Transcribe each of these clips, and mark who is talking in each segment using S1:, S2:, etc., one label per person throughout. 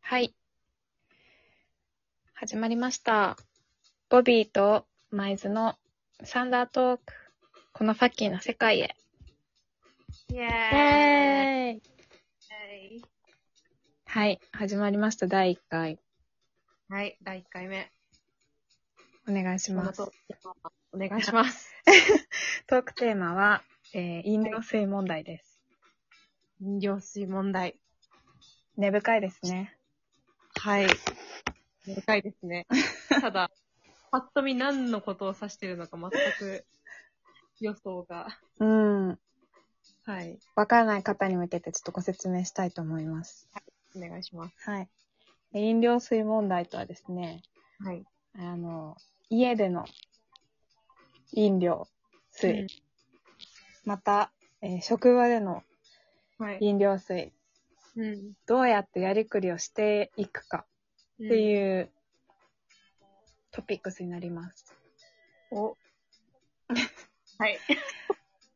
S1: はい。始まりました。ボビーとマイズのサンダートーク。このファッキーの世界へ。
S2: イェーイ
S1: イェーイ
S2: イェーイ
S1: はい。始まりました。第1回。
S2: はい、第1回目。
S1: お願いします。
S2: お願いします。
S1: トークテーマは、えー、飲料水問題です。
S2: 飲料水問題。
S1: 根深いですね。
S2: はい。深いです ね。ただ、ぱっと見何のことを指してるのか全く予想が。
S1: うん。
S2: はい。
S1: わからない方に向けてちょっとご説明したいと思います。
S2: お願いします。
S1: はい。で飲料水問題とはですね、
S2: はい。
S1: あの、家での飲料水、
S2: うん
S1: また、えー職場での
S2: はい。
S1: 飲料水、
S2: うん。っ
S1: どうやってやりくりをしていくか
S2: て
S1: って
S2: う
S1: いううトピックスになります。
S2: ん。お。はい。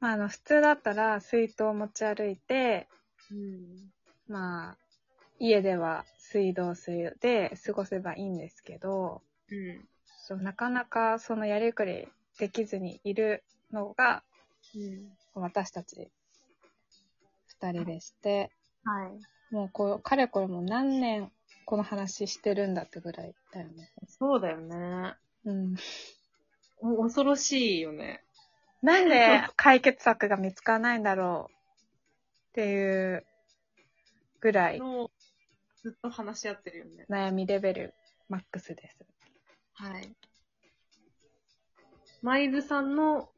S1: まあ、あの、普通だったら水筒を持ち歩いて、
S2: うん。
S1: まあ、家では水道水で過ごせばいいんですけど、
S2: うん。
S1: そうなかなかそのやりくりできずにいるのが
S2: うん。
S1: 私たち二人でして、
S2: はい。
S1: もうこう、かれこれもう何年この話してるんだってぐらいだよね。
S2: そうだよね。
S1: うん。
S2: もう恐ろしいよね。
S1: なんで解決策が見つからないんだろうっていうぐらい
S2: の、ずっと話し合ってるよね。
S1: 悩みレベルマックスです。
S2: はい。舞ズさんの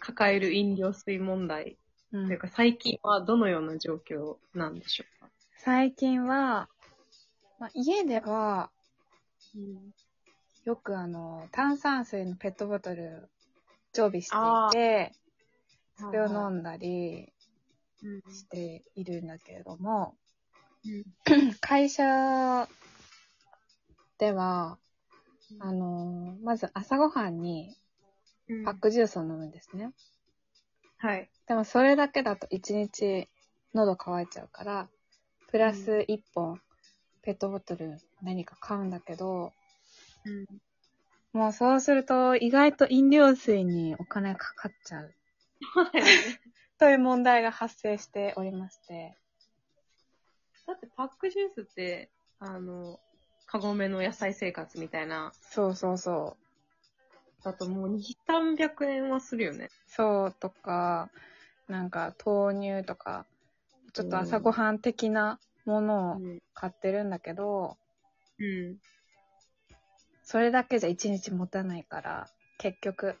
S2: 抱える飲料水問題
S1: うん
S2: というか最近はどのような状況なんでしょうか、
S1: 最近は、まあ、家ではよくあの、炭酸水のペットボトル常備して
S2: あ
S1: いて、
S2: そ
S1: それを飲んだり
S2: うん
S1: しているんだけれども、会社では、あのまず朝ごはんに
S2: うん
S1: パックジュースを飲むんですね。
S2: はい。
S1: でもそれだけだと一日喉乾いちゃうから、プラス1本ペットボトル何か買うんだけど、もうそうすると意外と飲料水にお金かかっちゃう
S2: そうだよね。
S1: という問題が発生しておりまして、
S2: だってパックジュースって、あの、カゴメの野菜生活みたいな、
S1: そうそうそう。
S2: だともう2、300円はするよね。
S1: そうとか、なんか豆乳とか、ちょっと朝ごはん的なものを
S2: ん。
S1: 買ってるんだけど、
S2: うん。
S1: それだけじゃ一日持たないから、結局、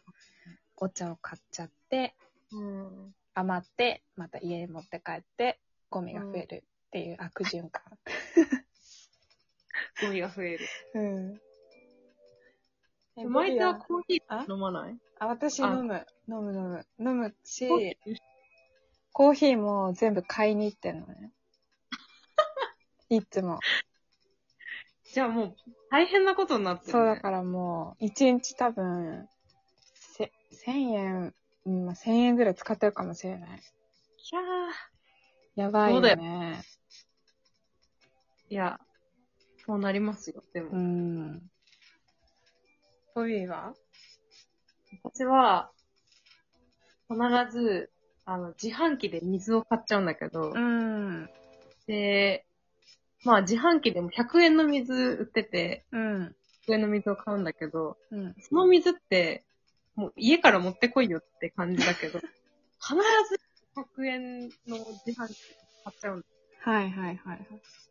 S1: お茶を買っちゃって、
S2: うん、
S1: 余って、また家に持って帰って、ゴミが増えるっていう悪循環。
S2: ゴミが増える。
S1: うん。え
S2: 舞ズは
S1: ボビー
S2: コーヒ
S1: あ
S2: ー飲まない
S1: あ、私
S2: あ
S1: 飲む。飲む飲む。飲む
S2: コーヒ
S1: し、コーヒーも全部買いに行ってんのね。いつも。
S2: ーじゃあもう大変なことになってる、
S1: そ
S2: ね。
S1: うだからもう、一日多分、せ、千円、うん、まあ千円ぐらい使ってるかもしれない。
S2: キャー。
S1: やばいよ
S2: そう
S1: ね。
S2: いや、そうなりますよ、で
S1: う
S2: も。
S1: ん。ボビーは
S2: 私は、必ず、あの、自販機で水を買っちゃうんだけど、
S1: うん。
S2: で、まあ自販機でも100円の水売ってて、
S1: うん。
S2: 100円の水を買うんだけど、
S1: うん。
S2: その水って、もう家から持ってこいよって感じ だけど、必ず100円の自販機買っちゃうんだ
S1: はいはいはいはい。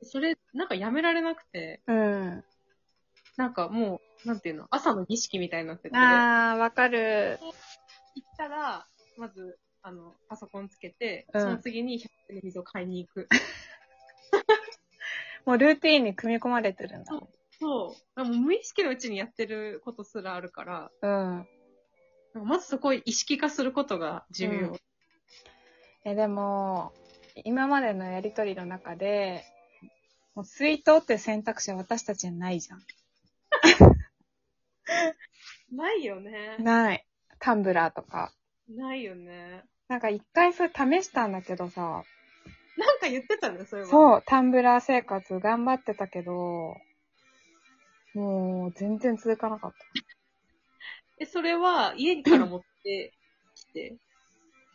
S2: それ、なんかやめられなくて、
S1: う
S2: なんかもう、なんていうの、朝の儀式みたいになってて、
S1: ん。あー、わかる。
S2: 行ったら、まず、あの、パソコンつけて、
S1: うん
S2: その次に100円の水を買いに行く。
S1: もうルーティーンに組み込まれてるんだ。
S2: そう。もう無意識のうちにやってることすらあるから、
S1: うん。
S2: なんかまずそこを意識化することが重要。
S1: うんえ、でも、今までのやりとりの中で、もう水筒って選択肢は私たちにないじゃ
S2: ないよね
S1: ん。。ない。タンブラーとか。
S2: ないよね。
S1: なんか一回それ試したんだけどさ、
S2: なんか言ってたね、それは。う。
S1: そう、タンブラー生活頑張ってたけど、もう全然続かなかっ
S2: え、それは家から持ってきて。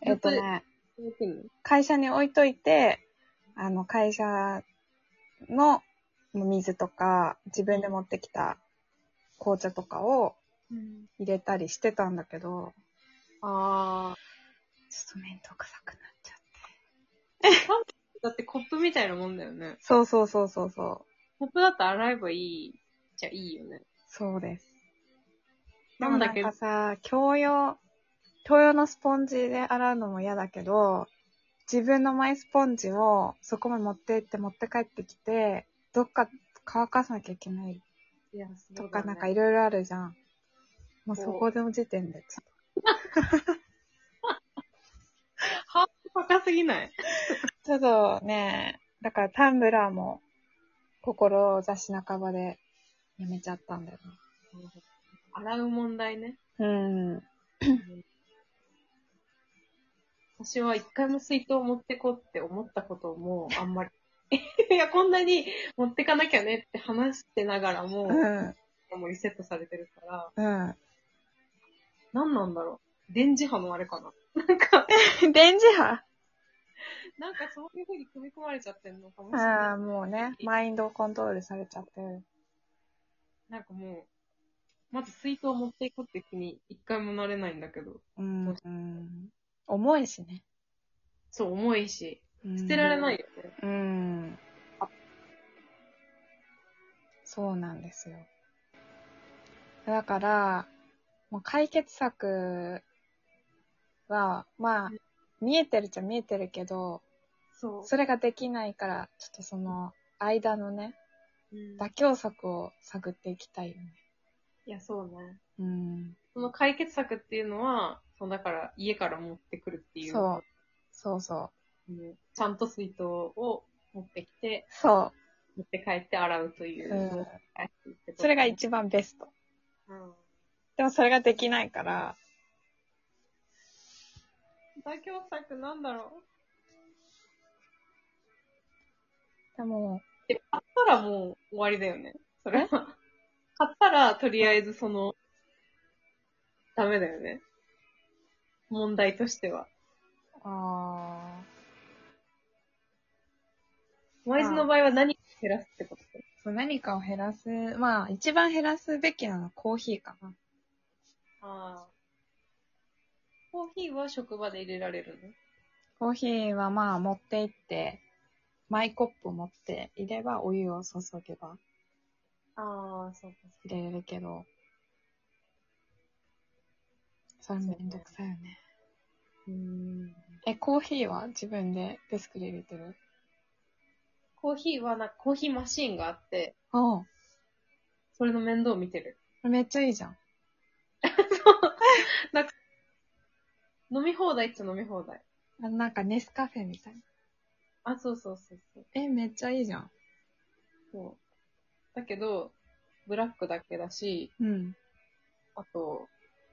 S1: た。えっとね、
S2: 置いてんの
S1: 会社に置いといて、あの、会社の水とか、自分で持ってきた紅茶とかを入れたりしてたんだけど、
S2: ああ。
S1: ちょっと面倒くさくなっちゃって。
S2: だってコップみたいなもんだよね。
S1: そうそうそうそうそう。
S2: コップだと洗えばいいじゃいいよね。
S1: そうです。で
S2: な
S1: も
S2: ん
S1: な
S2: だけ
S1: ん
S2: ど
S1: か、さ、共用、共用のスポンジで洗うのも嫌だけど、自分のマイスポンジをそこまで持って行って持って帰ってきて、どっか乾かさなきゃいけない
S2: いや
S1: とかなんか
S2: い
S1: いろいろあるじゃん。もうそこでの時点でちょっ
S2: ハード高すぎない。
S1: と。ちょっとね、だからタンブラーも志半ばでやめちゃったんだよね。
S2: 洗う問題ね。
S1: うん。
S2: 私は一回も水筒を持ってこうって思ったことをもうあんまり。 いや、こんなに持ってかなきゃねって話してながらも、
S1: うん。
S2: もうリセットされてるから、
S1: うん。
S2: 何なんだろう。電磁波のあれかな。 なんか、
S1: 電磁波
S2: なんかそういう風に組み込まれちゃってんのかもしれ
S1: あ
S2: な
S1: あ、もうね、マインドをコントロールされちゃってる。
S2: い。なんかもう、まず水筒を持っていこうって気に一回もなれないんだけど、
S1: うん。重いしね。
S2: そう重いし、
S1: 捨。
S2: 捨てられないいよね。
S1: うん。そうなんですよ。だから、もう解決策は、まあ、見えてるっちゃ見えてるけど、
S2: そう。
S1: それができないから、ちょっとその、間のね、
S2: うん
S1: 妥協策を探っていきたいよね。
S2: いや、そうね。
S1: うん。
S2: その解決策っていうのは、そのだから家から持ってくるっていう。
S1: そう。そうそう。
S2: うんちゃんと水筒を持ってきて、
S1: そ。
S2: 持って帰って洗うというう。
S1: うん。
S2: ってこと
S1: それが、一番ベスト。
S2: うん。
S1: でもそれができないから、
S2: 妥協策なんだろう。
S1: でも、
S2: で、買ったらもう終わりだよね。それは。買ったら、とりあえずその、ダメだよね。問題としては。
S1: あー
S2: ワイズの場合は何を減らすってこと
S1: そう何かを減らす、まあ、一番減らすべきなのはコーヒーかな。
S2: ああ。コーヒーは職場で入れられるの
S1: コーヒーはまあ、持って行って、マイコップを持っていれば、お湯を注げば
S2: ああ、そうか。
S1: 入れれるけど、それめんどくさいよね。
S2: うん。
S1: え、コーヒーは自分でデスクで入れてる
S2: コーヒーは、なんかコーヒーマシーンがあって、
S1: あ
S2: それの面倒を見てる。
S1: あ、めっちゃいいじゃん。
S2: 飲み放題っちゃ飲み放題。
S1: あなんかネスカフェみたいな。
S2: あ、そうそうそうそう。
S1: え、めっちゃいいじゃん。
S2: そうだけど、ブラックだけだし、
S1: うん。
S2: あと、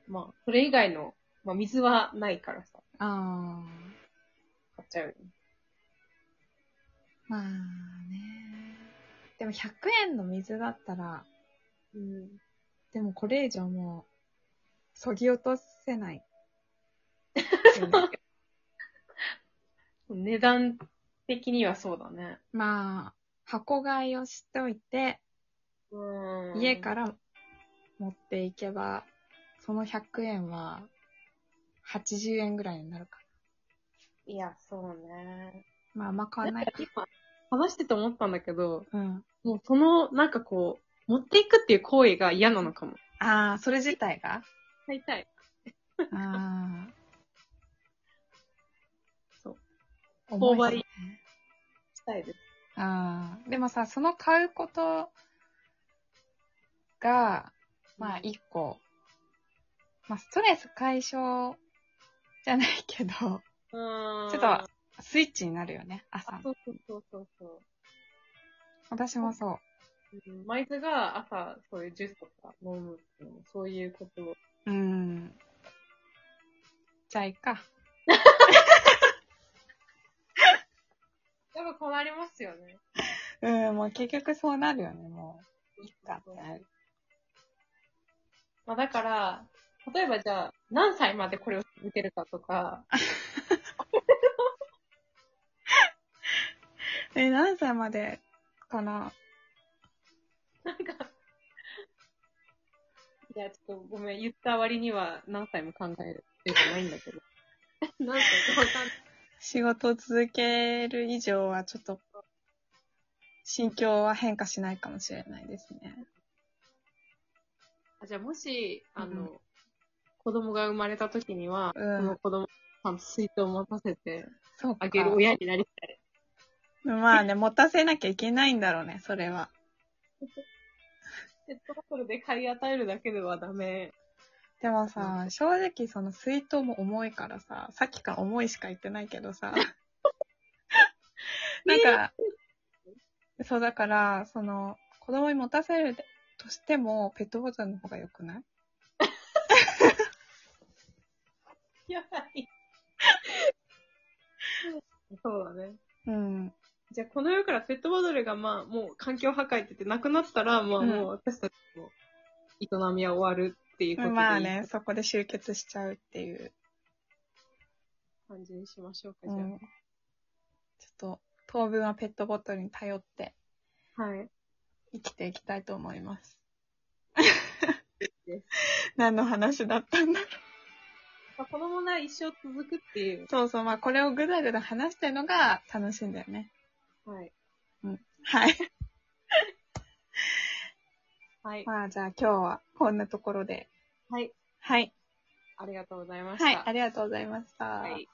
S2: まあ、それ以外の、まあ、水はないからさ、
S1: ああ。
S2: 買っちゃうよね。
S1: まあね。でも100円の水だったら、
S2: うん。
S1: でもこれ以上もう、そぎ落とせ ない。
S2: 値段的にはそうだね。
S1: まあ、箱買いをしといて、
S2: う。
S1: 家からら持っていけば、その100円は、80円ぐらいになるか
S2: いや、そうね。
S1: ら。まあ、あんま変わんないか。
S2: 今、話してて思ったんだけど、
S1: うん。
S2: もうその、なんかこう、持っていくっていう行為が嫌なのかも。
S1: ああ、それ自体が
S2: 買いたい。
S1: あ
S2: そう。
S1: あ。
S2: 購
S1: 重い
S2: 買
S1: しね
S2: したいです。
S1: ああ、でもさ、その買うことが、まあ一個、まあストレス解消じゃないけど、ちょ
S2: うーん。
S1: っとスイッチになるよね、
S2: あ
S1: 朝。
S2: そうそうそうそうそう。
S1: 私もそう。
S2: うんマイズが朝、そういうジュースとか飲むっていうのもそういうことを。
S1: うん。じゃあいっか。
S2: やっぱ困りますよね。
S1: うん、もう結局そうなるよね、もう。いっかってなる。
S2: まあだから、例えばじゃあ、何歳までこれを続けるかとか、
S1: え、何歳までかな
S2: なんか、いや、ちょっとごめん、言った割には何歳も考えるっていうかないんだけど。何歳かわか んない。
S1: 仕事を続ける以上はちょっと、心境は変化しないかもしれないですね。
S2: あじゃあもし、あの、
S1: う
S2: 子供が生まれた時には、
S1: うん
S2: その子供さんと水筒を持たせて
S1: そうか。
S2: あげる親になりたい。
S1: まあね、持たせなきゃいけないんだろうね、それは。
S2: ペットボトルで買い与えるだけではダメ。
S1: でもさ、正直その水筒も重いからさ、さっきから重いしか言ってないけどさ。なんか、そうだから、その、子供に持たせるとしても、ペットボトルの方が良くない
S2: やばい。 そうだね。
S1: うん。
S2: じゃあこの世からペットボトルがまあもう環境破壊って言ってなくなったら、まあ
S1: うん
S2: もう私たちの営みは終わるっていうことで
S1: まあ
S2: い
S1: ね
S2: い、
S1: そこで集結しちゃうっていう。
S2: 感じにしましょうか、
S1: う
S2: じゃあ。
S1: ん、ちょっと、当分はペットボトルに頼って
S2: はい。
S1: 生きていきたいと思います
S2: で。
S1: 何の話だったんだろう。
S2: まあ、この問題は一生続くっていう。
S1: そうそう、まあこれをぐだぐだ話してるのが楽しいんだよね。
S2: はい。
S1: はい。
S2: はい。
S1: まあじゃあ今日はこんなところで。
S2: はい。
S1: はい。
S2: ありがとうございました。
S1: はい、ありがとうございました。
S2: はい